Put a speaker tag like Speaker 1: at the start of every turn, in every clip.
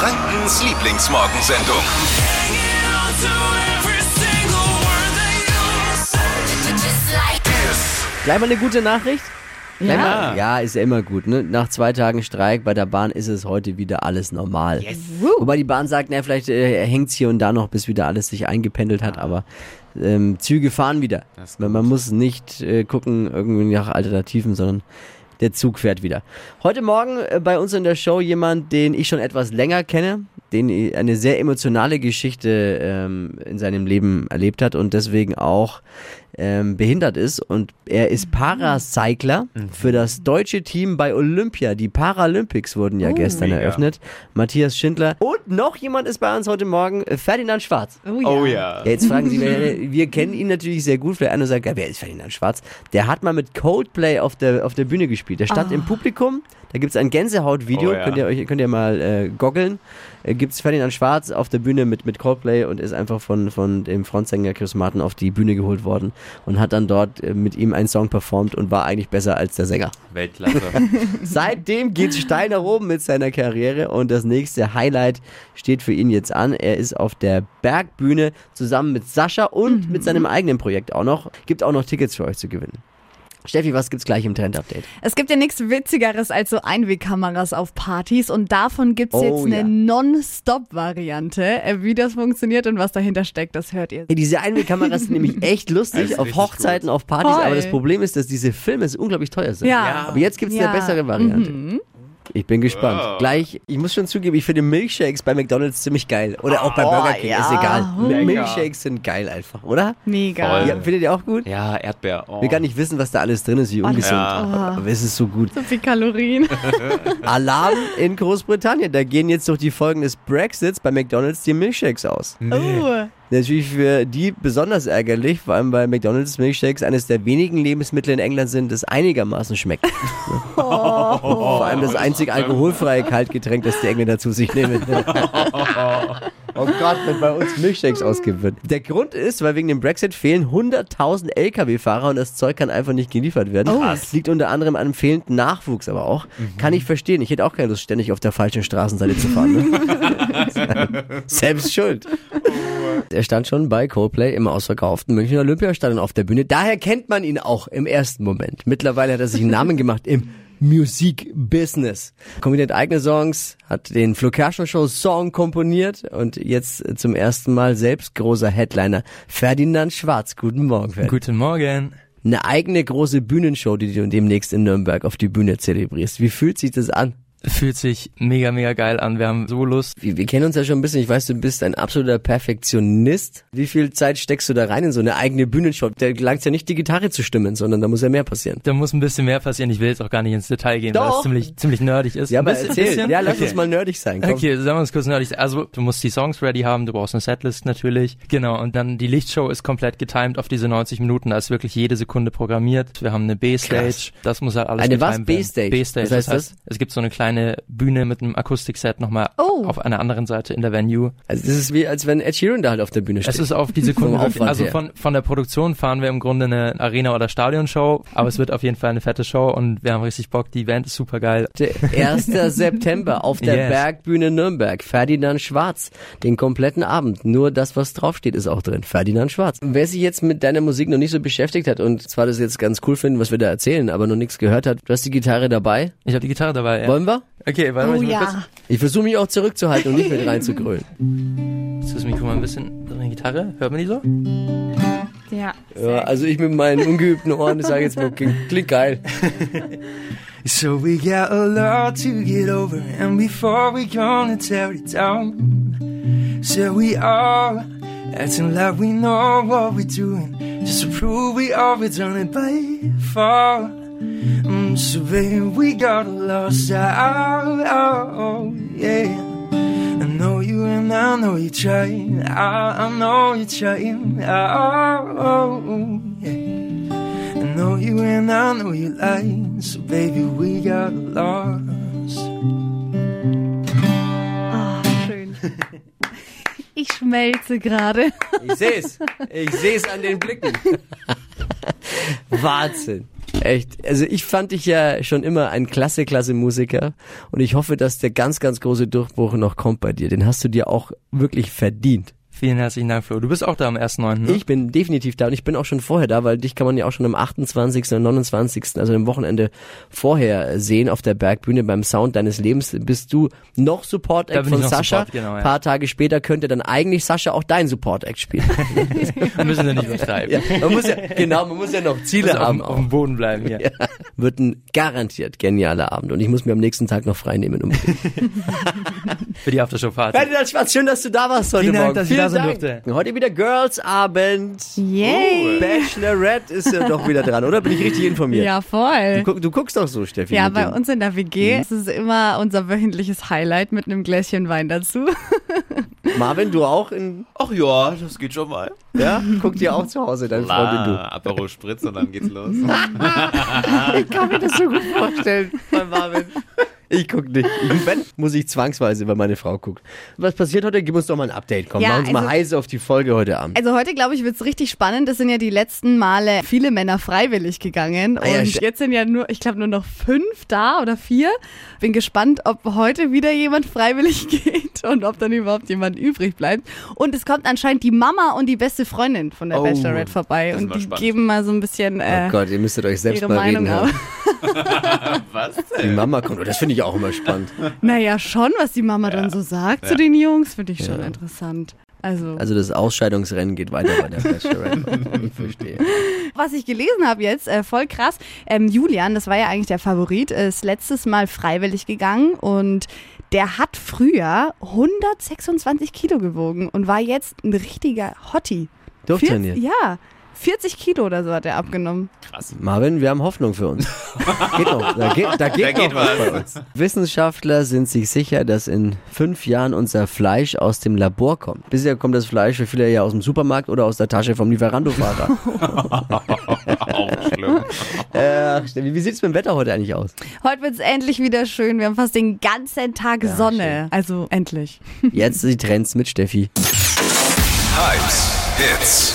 Speaker 1: Frankens Lieblingsmorgensendung.
Speaker 2: Gleich mal eine gute Nachricht. Gleich
Speaker 3: Ja?
Speaker 2: Mal, ja, ist ja immer gut. Ne? Nach zwei Tagen Streik bei der Bahn ist es heute wieder alles normal. Wobei die Bahn sagt, na, vielleicht äh, hängt's hier und da noch, bis wieder alles sich eingependelt hat, aber ähm, Züge fahren wieder. Man, man muss nicht äh, gucken irgendwie nach Alternativen, sondern der Zug fährt wieder. Heute Morgen äh, bei uns in der Show jemand, den ich schon etwas länger kenne, den äh, eine sehr emotionale Geschichte ähm, in seinem Leben erlebt hat und deswegen auch ähm, behindert ist. Und er ist Paracycler für das deutsche Team bei Olympia. Die Paralympics wurden ja gestern
Speaker 4: Mega.
Speaker 2: eröffnet. Matthias Schindler und noch jemand ist bei uns heute Morgen, äh, Ferdinand Schwarz.
Speaker 4: Oh ja.
Speaker 2: Ja, jetzt fragen Sie, wer, wir kennen ihn natürlich sehr gut. Vielleicht einer sagt, ja, wer ist Ferdinand Schwarz? Der hat mal mit Coldplay auf der, auf der Bühne gespielt. Der stand im Publikum, da gibt es ein Gänsehaut-Video,
Speaker 4: Oh ja.
Speaker 2: könnt, ihr euch, könnt ihr mal äh, goggeln. Äh, gibt es Ferdinand Schwarz auf der Bühne mit, mit Coldplay und ist einfach von, von dem Frontsänger Chris Martin auf die Bühne geholt worden und hat dann dort äh, mit ihm einen Song performt und war eigentlich besser als der Sänger.
Speaker 4: Weltklasse.
Speaker 2: Seitdem geht's steil nach oben mit seiner Karriere und das nächste Highlight steht für ihn jetzt an. Er ist auf der Bergbühne zusammen mit Sascha und mit seinem eigenen Projekt auch noch. Gibt auch noch Tickets für euch zu gewinnen. Steffi, was gibt's gleich im Trend Update?
Speaker 3: Es gibt ja nichts Witzigeres als so Einwegkameras auf Partys und davon gibt es
Speaker 2: Oh,
Speaker 3: jetzt eine
Speaker 2: ja.
Speaker 3: Non-Stop-Variante. Äh, Wie das funktioniert und was dahinter steckt, das hört ihr.
Speaker 2: Ey, diese Einwegkameras sind nämlich echt
Speaker 4: Das
Speaker 2: lustig
Speaker 4: ist
Speaker 2: auf
Speaker 4: Also richtig
Speaker 2: Hochzeiten, auf Partys,
Speaker 3: Voll.
Speaker 2: aber das Problem ist, dass diese Filme so unglaublich teuer sind.
Speaker 3: Ja.
Speaker 2: Aber jetzt gibt's
Speaker 3: Ja.
Speaker 2: eine bessere Variante. Mhm. Ich bin gespannt.
Speaker 4: Wow.
Speaker 2: Gleich, ich muss schon zugeben, ich finde Milkshakes bei McDonalds ziemlich geil. Oder auch bei
Speaker 4: Oh,
Speaker 2: Burger King, ist egal.
Speaker 4: Lecker.
Speaker 2: Milkshakes sind geil einfach, oder?
Speaker 3: Mega.
Speaker 4: Voll.
Speaker 2: Ja, findet ihr auch gut?
Speaker 4: ja, Erdbeer. Oh.
Speaker 2: Wir gar nicht wissen, was da alles drin ist,
Speaker 3: Oh,
Speaker 2: wie ungesund.
Speaker 4: Ja.
Speaker 2: Aber es ist so gut.
Speaker 3: So viel Kalorien.
Speaker 2: Alarm in Großbritannien. Da gehen jetzt durch die Folgen des Brexits bei McDonalds die Milkshakes aus.
Speaker 3: Oh.
Speaker 2: Natürlich für die besonders ärgerlich, vor allem weil McDonalds Milkshakes eines der wenigen Lebensmittel in England sind, das einigermaßen schmeckt. Ne? vor allem das einzig alkoholfreie Kaltgetränk, das die Engländer zu sich nehmen. Oh Gott, wenn bei uns Milchshakes ausgewirkt. Der Grund ist, weil wegen dem Brexit fehlen 100.000 LKW-Fahrer und das Zeug kann einfach nicht geliefert werden.
Speaker 3: Oh.
Speaker 2: Das liegt unter anderem an dem fehlenden Nachwuchs aber auch. Kann ich verstehen. Ich hätte auch keine Lust, ständig auf der falschen Straßenseite zu fahren. Ne? Selbst schuld. Er stand schon bei Coldplay im ausverkauften Münchner Olympiastadion auf der Bühne. Daher kennt man ihn auch im ersten Moment. Mittlerweile hat er sich einen Namen gemacht im Musikbusiness. Kombiniert eigene Songs, hat den Flo Kerschner Show Song komponiert und jetzt äh, zum ersten Mal selbst großer Headliner Ferdinand Schwarz. Guten Morgen, Ferdinand.
Speaker 5: Guten Morgen.
Speaker 2: Eine eigene große Bühnenshow, die du demnächst in Nürnberg auf die Bühne zelebrierst. Wie fühlt sich das an?
Speaker 5: Fühlt sich mega, mega geil an. Wir haben so Lust.
Speaker 2: Wir, wir kennen uns ja schon ein bisschen. Ich weiß, du bist ein absoluter Perfektionist. Wie viel Zeit steckst du da rein in so eine eigene Bühnenshow? Da langt's ja nicht, die Gitarre zu stimmen, sondern da muss ja mehr passieren.
Speaker 5: Da muss ein bisschen mehr passieren. Ich will jetzt auch gar nicht ins Detail gehen, weil
Speaker 2: Doch.
Speaker 5: es ziemlich, ziemlich nerdig ist.
Speaker 2: Ja,
Speaker 5: Ein
Speaker 2: aber
Speaker 5: bisschen,
Speaker 2: erzähl.
Speaker 5: bisschen?
Speaker 2: Ja, lass
Speaker 5: okay.
Speaker 2: uns mal nerdig sein. Komm.
Speaker 5: Okay, sagen wir uns kurz nerdig. Also, du musst die Songs ready haben, du brauchst eine Setlist natürlich. Genau, und dann die Lichtshow ist komplett getimed auf diese 90 Minuten. Da ist wirklich jede Sekunde programmiert. Wir haben eine
Speaker 2: Krass.
Speaker 5: B-Stage. Das muss halt alles
Speaker 2: Eine was?
Speaker 5: getimed
Speaker 2: B-Stage?
Speaker 5: werden. B-Stage.
Speaker 2: Was heißt
Speaker 5: das heißt, es gibt so eine kleine Bühne mit einem Akustikset nochmal
Speaker 3: Oh.
Speaker 5: auf einer anderen Seite in der Venue.
Speaker 2: Also das ist wie, als wenn Ed Sheeran da halt auf der Bühne steht.
Speaker 5: Es ist auf die Sekunde.
Speaker 2: Vom
Speaker 5: wirklich-
Speaker 2: Aufwand
Speaker 5: Also
Speaker 2: her.
Speaker 5: von, von der Produktion fahren wir im Grunde eine Arena- oder Stadionshow, aber es wird auf jeden Fall eine fette Show und wir haben richtig Bock. Die Band ist super geil.
Speaker 2: Der 1. September auf der
Speaker 5: Yes.
Speaker 2: Bergbühne Nürnberg. Ferdinand Schwarz. Den kompletten Abend. Nur das, was draufsteht, ist auch drin. Ferdinand Schwarz. Wer sich jetzt mit deiner Musik noch nicht so beschäftigt hat und zwar das jetzt ganz cool finden, was wir da erzählen, aber noch nichts gehört hat, du hast die Gitarre dabei.
Speaker 5: Ich habe die Gitarre dabei. Ja.
Speaker 2: Wollen wir?
Speaker 5: Okay, warte mal,
Speaker 3: Oh
Speaker 5: ich muss
Speaker 3: ja.
Speaker 2: Ich versuche mich auch zurückzuhalten und nicht mit reinzugrölen.
Speaker 5: kurz das Mikro mal ein bisschen. Meine Gitarre, hört man die so?
Speaker 3: Ja.
Speaker 2: Ja, also ich mit meinen ungeübten Ohren, ich sage jetzt mal, klingt klingt geil.
Speaker 5: So we got a lot to get over and before we gonna tear it down. So we are acting like we know what we're doing just to prove we always done it by far. Mm, so baby, we got lost out, yeah. I know you and I know you trying, I, I know you trying, oh, yeah. I know you and I know you lying, so baby we got lost.
Speaker 3: Ah, schön. Ich schmelze gerade.
Speaker 2: Ich seh's. Ich seh's an den Blicken. Wahnsinn. Echt. Also ich fand dich ja schon immer ein klasse, klasse Musiker und ich hoffe, dass der ganz, ganz große Durchbruch noch kommt bei dir. Den hast du dir auch wirklich verdient.
Speaker 5: Vielen herzlichen Dank, Flo. Du bist auch da am 1.9., ne?
Speaker 2: Ich bin definitiv da und ich bin auch schon vorher da, weil dich kann man ja auch schon am 28. und 29., also am Wochenende vorher sehen auf der Bergbühne beim Sound deines Lebens. Bist du noch Support
Speaker 5: Da
Speaker 2: Act
Speaker 5: bin
Speaker 2: von
Speaker 5: ich noch
Speaker 2: Sascha?
Speaker 5: Support, genau, ja.
Speaker 2: Paar Tage später könnte dann eigentlich Sascha auch dein Support Act spielen.
Speaker 5: müssen wir nicht übertreiben.
Speaker 2: ja, man muss ja, genau, man muss ja noch Ziele
Speaker 5: Müssen Also auf,
Speaker 2: haben.
Speaker 5: dem- auf dem Boden bleiben hier.
Speaker 2: Wird ein garantiert genialer Abend und ich muss mir am nächsten Tag noch frei nehmen. Um
Speaker 5: Für die Aftershow-Party.
Speaker 2: Ferdinand Schwarz, schön, dass du da warst heute
Speaker 5: Vielen Dank,
Speaker 2: Morgen.
Speaker 5: dass ich da sein durfte.
Speaker 2: Heute wieder Girls Abend. Oh,
Speaker 3: Yay!
Speaker 2: Bachelorette ist ja doch wieder dran, oder? Bin ich richtig informiert?
Speaker 3: Ja,
Speaker 2: Du,
Speaker 3: voll.
Speaker 2: guck, du guckst doch so, Steffi.
Speaker 3: Äh. Ja,
Speaker 2: mit
Speaker 3: bei
Speaker 2: dem- Hm?
Speaker 3: uns in der WG ist es immer unser wöchentliches Highlight mit einem Gläschen Wein dazu.
Speaker 2: Marvin, du auch? In,
Speaker 4: Ach ja, das geht schon mal.
Speaker 2: ja? Guck dir auch zu Hause, deine Freundin, du.
Speaker 4: La, Aperol Spritz und dann geht's los.
Speaker 2: Ich kann mir das so gut vorstellen bei Marvin. Ich guck nicht. Ich, wenn, muss ich zwangsweise, weil meine Frau guckt. Was passiert heute? Gib uns doch mal ein Update. Komm,
Speaker 3: Ja,
Speaker 2: mach uns mal
Speaker 3: also-
Speaker 2: heiß auf die Folge heute Abend.
Speaker 3: Also heute, glaube ich, wird's richtig spannend. Es sind ja die letzten Male viele Männer freiwillig gegangen.
Speaker 2: Ah, ja,
Speaker 3: und
Speaker 2: st-
Speaker 3: jetzt sind ja nur, ich glaube, nur noch fünf da oder vier. Bin gespannt, ob heute wieder jemand freiwillig geht und ob dann überhaupt jemand übrig bleibt. Und es kommt anscheinend die Mama und die beste Freundin von der
Speaker 2: Oh,
Speaker 3: Bachelorette vorbei.
Speaker 4: das ist
Speaker 3: Und
Speaker 4: mal
Speaker 3: die
Speaker 4: spannend.
Speaker 3: geben mal so ein bisschen äh,
Speaker 2: oh Gott, ihr müsstet euch selbst
Speaker 3: ihre
Speaker 2: mal
Speaker 3: Meinung
Speaker 2: reden
Speaker 3: ab.
Speaker 2: hören.
Speaker 4: Was
Speaker 2: Die
Speaker 4: denn?
Speaker 2: Mama kommt. Oh, das finde ich auch immer spannend.
Speaker 3: Naja, schon, was die Mama dann so sagt zu den Jungs, finde ich schon interessant. Also,
Speaker 2: Also das Ausscheidungsrennen geht weiter bei der Bachelorette. Ich verstehe.
Speaker 3: was ich gelesen habe jetzt, äh, voll krass. Ähm, Julian, das war ja eigentlich der Favorit, ist letztes Mal freiwillig gegangen und der hat früher 126 Kilo gewogen und war jetzt ein richtiger Hottie.
Speaker 2: Durfte er
Speaker 3: Vier-
Speaker 2: nicht.
Speaker 3: Ja, 40 Kilo oder so hat er abgenommen.
Speaker 2: Marvin, wir haben Hoffnung für uns. Geht noch, da geht, da geht,
Speaker 4: Da geht
Speaker 2: noch was bei uns. Wissenschaftler sind sich sicher, dass in fünf Jahren unser Fleisch aus dem Labor kommt. Bisher kommt das Fleisch für viele ja aus dem Supermarkt oder aus der Tasche vom Lieferando-Fahrer.
Speaker 4: Auch schlimm.
Speaker 2: Ach, Steffi, Äh, wie sieht's mit dem Wetter heute eigentlich aus?
Speaker 3: Heute wird es endlich wieder schön. Wir haben fast den ganzen Tag Sonne. Also endlich.
Speaker 2: Jetzt die Trends mit Steffi.
Speaker 1: Hypes, Hits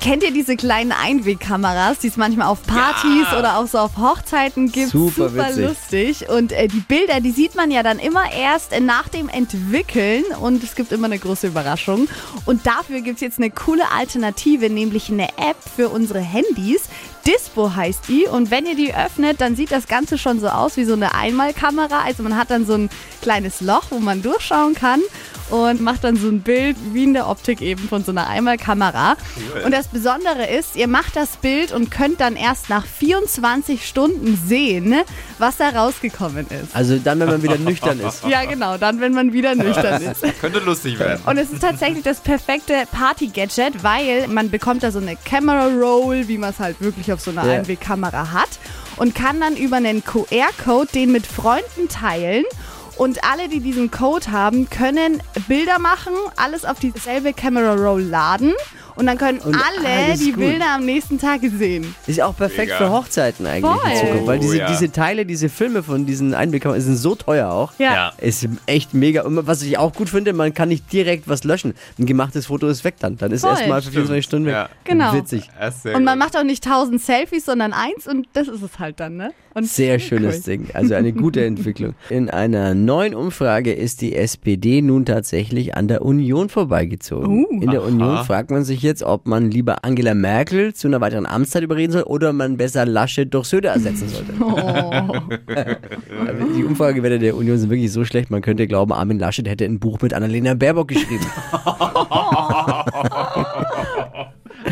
Speaker 3: Kennt ihr diese kleinen Einwegkameras, die es manchmal auf Partys oder auch so auf Hochzeiten gibt?
Speaker 2: Super witzig.
Speaker 3: lustig. Und äh, die Bilder, die sieht man ja dann immer erst äh, nach dem Entwickeln und es gibt immer eine große Überraschung. Und dafür gibt es jetzt eine coole Alternative, nämlich eine App für unsere Handys. Dispo heißt die und wenn ihr die öffnet, dann sieht das Ganze schon so aus wie so eine Einmalkamera. Also man hat dann so ein kleines Loch, wo man durchschauen kann und macht dann so ein Bild wie in der Optik eben von so einer Einmalkamera. Und das Besondere ist, ihr macht das Bild und könnt dann erst nach 24 Stunden sehen, ne, was da rausgekommen ist.
Speaker 2: Also dann, wenn man wieder nüchtern ist.
Speaker 3: Ja, genau, dann, wenn man wieder nüchtern ist.
Speaker 4: Könnte lustig werden.
Speaker 3: Und es ist tatsächlich das perfekte Party-Gadget, weil man bekommt da so eine Camera-Roll, wie man es halt wirklich auf so einer
Speaker 2: Ja.
Speaker 3: Einwegkamera hat und kann dann über einen QR-Code den mit Freunden teilen. Und alle, die diesen Code haben, können Bilder machen, alles auf dieselbe Camera Roll laden und dann können
Speaker 2: Und
Speaker 3: alle
Speaker 2: alles
Speaker 3: die
Speaker 2: gut.
Speaker 3: Bilder am nächsten Tag sehen.
Speaker 2: Ist ja auch perfekt
Speaker 4: Mega.
Speaker 2: für Hochzeiten eigentlich in
Speaker 3: Voll.
Speaker 2: Zukunft, weil
Speaker 4: Oh,
Speaker 2: diese,
Speaker 4: ja.
Speaker 2: diese Teile, diese Filme von diesen Einbildkameras sind so teuer auch.
Speaker 4: Ja.
Speaker 2: Ist echt mega. Und was ich auch gut finde, man kann nicht direkt was löschen. Ein gemachtes Foto ist weg dann. Dann ist
Speaker 3: Voll.
Speaker 2: erstmal für 24 Stunden weg.
Speaker 4: Ja.
Speaker 3: Genau.
Speaker 2: Witzig.
Speaker 4: Das ist sehr
Speaker 3: Und man
Speaker 4: gut.
Speaker 3: macht auch nicht tausend Selfies, sondern eins und das ist es halt dann, ne? Und
Speaker 2: Sehr schönes
Speaker 3: cool.
Speaker 2: Ding. Also eine gute Entwicklung. In einer neuen Umfrage ist die SPD nun tatsächlich an der Union vorbeigezogen.
Speaker 3: Uh.
Speaker 2: In der Union fragt man sich jetzt, ob man lieber Angela Merkel zu einer weiteren Amtszeit überreden soll oder man besser Laschet durch Söder ersetzen sollte.
Speaker 3: Oh.
Speaker 2: Die Umfragewerte der Union sind wirklich so schlecht, man könnte glauben, Armin Laschet hätte ein Buch mit Annalena Baerbock geschrieben.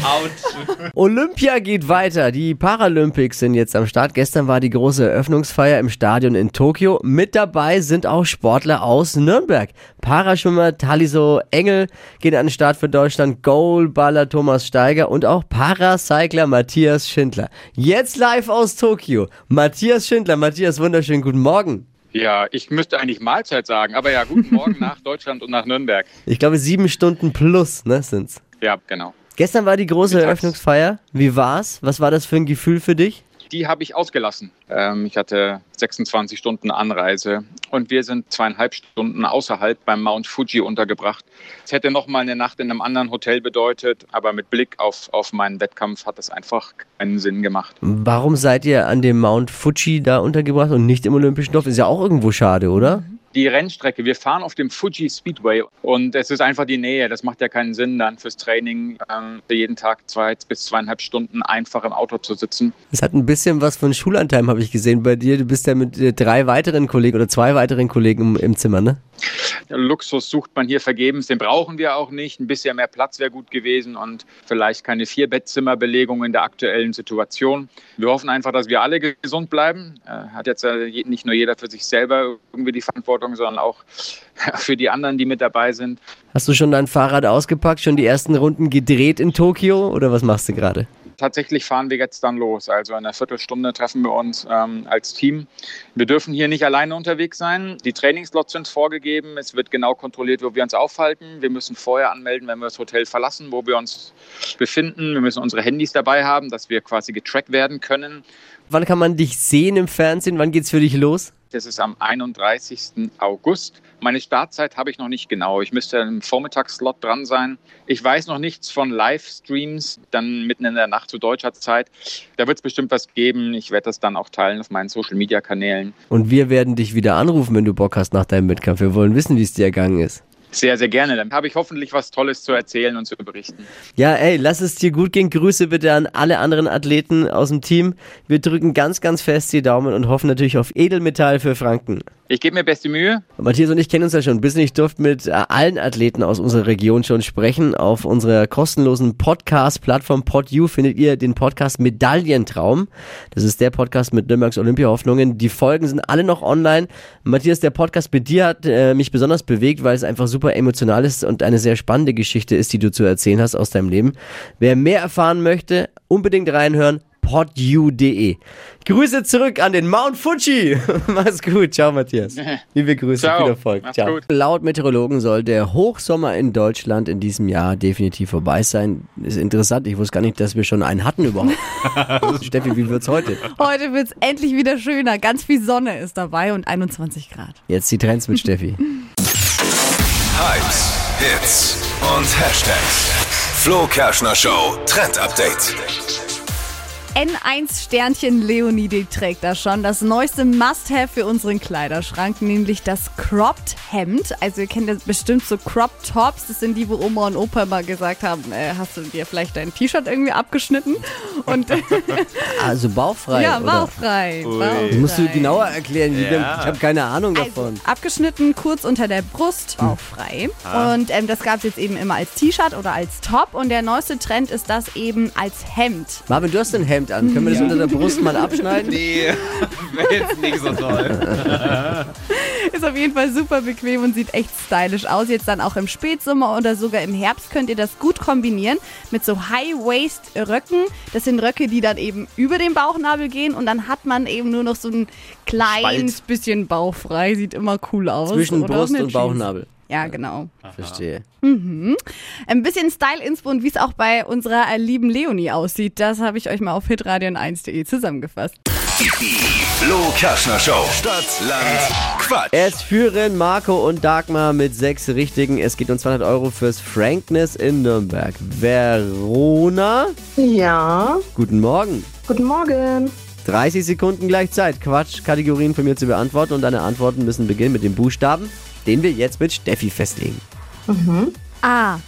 Speaker 4: Autsch.
Speaker 2: Olympia geht weiter. Die Paralympics sind jetzt am Start. Gestern war die große Eröffnungsfeier im Stadion in Tokio. Mit dabei sind auch Sportler aus Nürnberg. Paraschwimmer Taliso Engel geht an den Start für Deutschland. Goalballer Thomas Steiger und auch Paracycler Matthias Schindler. Jetzt live aus Tokio. Matthias Schindler. Matthias, wunderschönen guten Morgen.
Speaker 6: Ja, ich müsste eigentlich Mahlzeit sagen, aber ja, guten Morgen nach Deutschland und nach Nürnberg.
Speaker 2: Ich glaube, sieben Stunden plus ne, sind's.
Speaker 6: Ja, genau.
Speaker 2: Gestern war die große
Speaker 6: Mittags.
Speaker 2: Eröffnungsfeier. Wie war's? Was war das für ein Gefühl für dich?
Speaker 6: Die habe ich ausgelassen. Ähm, ich hatte 26 Stunden Anreise und wir sind zweieinhalb Stunden außerhalb beim Mount Fuji untergebracht. Es hätte noch mal eine Nacht in einem anderen Hotel bedeutet, aber mit Blick auf, auf meinen Wettkampf hat das einfach keinen Sinn gemacht.
Speaker 2: Warum seid ihr an dem Mount Fuji da untergebracht und nicht im Olympischen Dorf? Ist ja auch irgendwo schade, oder?
Speaker 6: Die Rennstrecke, wir fahren auf dem Fuji Speedway und es ist einfach die Nähe. Das macht ja keinen Sinn dann fürs Training, ähm, jeden Tag zwei bis zweieinhalb Stunden einfach im Auto zu sitzen.
Speaker 2: Es hat ein bisschen was von Schulantime, habe ich gesehen bei dir. Du bist ja mit äh, drei weiteren Kollegen oder zwei weiteren Kollegen im, im Zimmer, ne?
Speaker 6: Luxus sucht man hier vergebens, den brauchen wir auch nicht. Ein bisschen mehr Platz wäre gut gewesen und vielleicht keine Vier-Bettzimmer-Belegung in der aktuellen Situation. Wir hoffen einfach, dass wir alle gesund bleiben. Äh, Hat jetzt äh, je- nicht nur jeder für sich selber irgendwie die Verantwortung, sondern auch für die anderen, die mit dabei sind.
Speaker 2: Hast du schon dein Fahrrad ausgepackt, schon die ersten Runden gedreht in Tokio oder was machst du gerade?
Speaker 6: Tatsächlich fahren wir jetzt dann los. Also in einer Viertelstunde treffen wir uns ähm, als Team. Wir dürfen hier nicht alleine unterwegs sein. Die Trainingslots sind vorgegeben. Es wird genau kontrolliert, wo wir uns aufhalten. Wir müssen vorher anmelden, wenn wir das Hotel verlassen, wo wir uns befinden. Wir müssen unsere Handys dabei haben, dass wir quasi getrackt werden können.
Speaker 2: Wann kann man dich sehen im Fernsehen? Wann geht's für dich los?
Speaker 6: Das ist am 31. August. Meine Startzeit habe ich noch nicht genau. Ich müsste im Vormittagsslot dran sein. Ich weiß noch nichts von Livestreams, dann mitten in der Nacht zu deutscher Zeit. Da wird es bestimmt was geben. Ich werde das dann auch teilen auf meinen Social-Media-Kanälen.
Speaker 2: Und wir werden dich wieder anrufen, wenn du Bock hast nach deinem Wettkampf. Wir wollen wissen, wie es dir ergangen ist.
Speaker 6: Sehr, sehr gerne. Dann habe ich hoffentlich was Tolles zu erzählen und zu berichten.
Speaker 2: Ja, ey, lass es dir gut gehen. Grüße bitte an alle anderen Athleten aus dem Team. Wir drücken ganz, ganz fest die Daumen und hoffen natürlich auf Edelmetall für Franken.
Speaker 6: Ich gebe mir beste Mühe.
Speaker 2: Matthias und ich kennen uns ja schon ein bisschen. Ich durfte mit äh, allen Athleten aus unserer Region schon sprechen. Auf unserer kostenlosen Podcast-Plattform PodU findet ihr den Podcast Medaillentraum. Das ist der Podcast mit Nürnbergs Olympia-Hoffnungen. Die Folgen sind alle noch online. Matthias, der Podcast mit dir hat äh, mich besonders bewegt, weil es einfach super emotional ist und eine sehr spannende Geschichte ist, die du zu erzählen hast aus deinem Leben. Wer mehr erfahren möchte, unbedingt reinhören. podu.de. E. Grüße zurück an den Mount Fuji. Mach's gut. Ciao, Matthias. Liebe Grüße.
Speaker 6: Ciao.
Speaker 2: Viel Erfolg.
Speaker 6: Macht's
Speaker 2: Ciao.
Speaker 6: gut.
Speaker 2: Laut Meteorologen soll der Hochsommer in Deutschland in diesem Jahr definitiv vorbei sein. Ist interessant. Ich wusste gar nicht, dass wir schon einen hatten überhaupt. Steffi, wie wird's heute?
Speaker 3: Heute wird's endlich wieder schöner. Ganz viel Sonne ist dabei und 21 Grad.
Speaker 2: Jetzt die Trends mit Steffi.
Speaker 1: Hypes, Hits und Hashtags. Flo Kerschner Show Trend Update.
Speaker 3: N1-Sternchen Leonide trägt das schon. Das neueste Must-Have für unseren Kleiderschrank, nämlich das Cropped Hemd. Also ihr kennt das bestimmt so Cropped Tops. Das sind die, wo Oma und Opa immer gesagt haben, äh, hast du dir vielleicht dein T-Shirt irgendwie abgeschnitten? Und
Speaker 2: Also bauchfrei.
Speaker 3: ja,
Speaker 2: oder?
Speaker 3: bauchfrei.
Speaker 4: Ui.
Speaker 3: bauchfrei.
Speaker 2: Das musst du genauer erklären. wie denn-
Speaker 4: Ja.
Speaker 2: Ich habe keine Ahnung
Speaker 3: Also,
Speaker 2: davon.
Speaker 3: abgeschnitten, kurz unter der Brust,
Speaker 2: Hm.
Speaker 3: bauchfrei.
Speaker 2: Ah.
Speaker 3: Und ähm, das gab es jetzt eben immer als T-Shirt oder als Top. Und der neueste Trend ist das eben als Hemd.
Speaker 2: Marvin, du hast ein Hemd an. Können wir das unter der Brust mal abschneiden?
Speaker 4: Nee, wäre jetzt nicht so toll.
Speaker 3: Ist auf jeden Fall super bequem und sieht echt stylisch aus. Jetzt dann auch im Spätsommer oder sogar im Herbst könnt ihr das gut kombinieren mit so High-Waist-Röcken. Das sind Röcke, die dann eben über den Bauchnabel gehen und dann hat man eben nur noch so ein kleines
Speaker 4: Spalt.
Speaker 3: bisschen bauchfrei. Sieht immer cool aus.
Speaker 2: Zwischen
Speaker 3: oder?
Speaker 2: Brust
Speaker 3: Mit
Speaker 2: und
Speaker 3: Jeans.
Speaker 2: Bauchnabel.
Speaker 3: Ja, genau.
Speaker 2: Verstehe.
Speaker 3: Ein bisschen Style-Inspo und wie es auch bei unserer äh, lieben Leonie aussieht, das habe ich euch mal auf hitradion1.de zusammengefasst.
Speaker 1: Flo Kerschner Show. Stadt, Land, Quatsch.
Speaker 2: Es führen Marco und Dagmar mit sechs Richtigen. Es geht um 200 Euro fürs Frankness in Nürnberg. Verona,
Speaker 7: Ja,
Speaker 2: guten Morgen.
Speaker 7: guten Morgen.
Speaker 2: 30 Sekunden gleich Zeit, Quatsch-Kategorien von mir zu beantworten und deine Antworten müssen beginnen mit dem Buchstaben, den wir jetzt mit Steffi festlegen.
Speaker 3: A.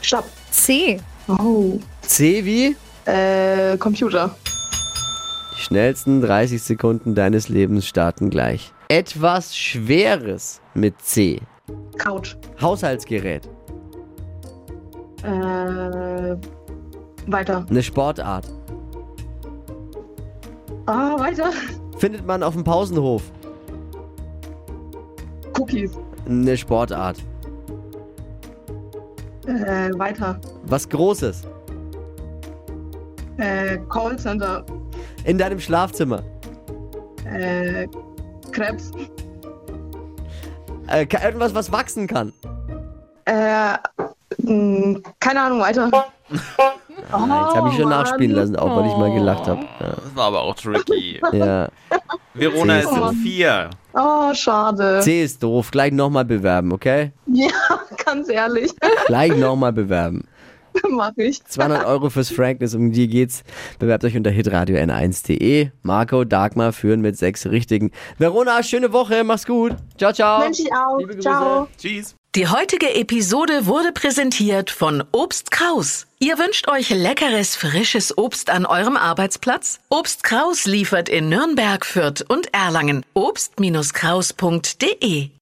Speaker 7: Stopp.
Speaker 3: C.
Speaker 7: Oh.
Speaker 2: C wie?
Speaker 7: Äh, Computer.
Speaker 2: Die schnellsten 30 Sekunden deines Lebens starten gleich. Etwas Schweres mit C.
Speaker 7: Couch.
Speaker 2: Haushaltsgerät,
Speaker 7: Äh, weiter.
Speaker 2: eine Sportart.
Speaker 7: Ah, weiter.
Speaker 2: Findet man auf dem Pausenhof,
Speaker 7: Cookies.
Speaker 2: eine Sportart.
Speaker 7: Äh, weiter.
Speaker 2: Was Großes,
Speaker 7: Äh, Callcenter.
Speaker 2: in deinem Schlafzimmer.
Speaker 7: Äh, Krebs.
Speaker 2: Äh, ke- irgendwas, was wachsen kann.
Speaker 7: hm, Äh, mh, keine Ahnung, weiter.
Speaker 2: Ah, Jetzt habe ich schon nachspielen lassen, auch weil ich mal gelacht habe.
Speaker 4: Das war aber auch tricky.
Speaker 2: Ja.
Speaker 4: Verona ist
Speaker 7: Oh.
Speaker 4: in vier.
Speaker 7: Oh, schade.
Speaker 2: C ist doof. Gleich nochmal bewerben, okay?
Speaker 7: Ja, ganz ehrlich,
Speaker 2: Gleich nochmal bewerben.
Speaker 7: mach ich.
Speaker 2: 200 Euro fürs Frankness, um die geht's. Bewerbt euch unter hitradio n1.de. Marco, Dagmar führen mit sechs richtigen. Verona, schöne Woche, mach's gut. Ciao, ciao.
Speaker 7: Wünsche ich auch.
Speaker 2: Liebe Grüße.
Speaker 7: Ciao.
Speaker 4: Tschüss.
Speaker 8: Die heutige Episode wurde präsentiert von Obst Kraus. Ihr wünscht euch leckeres, frisches Obst an eurem Arbeitsplatz? Obst Kraus liefert in Nürnberg, Fürth und Erlangen. Obst-Kraus.de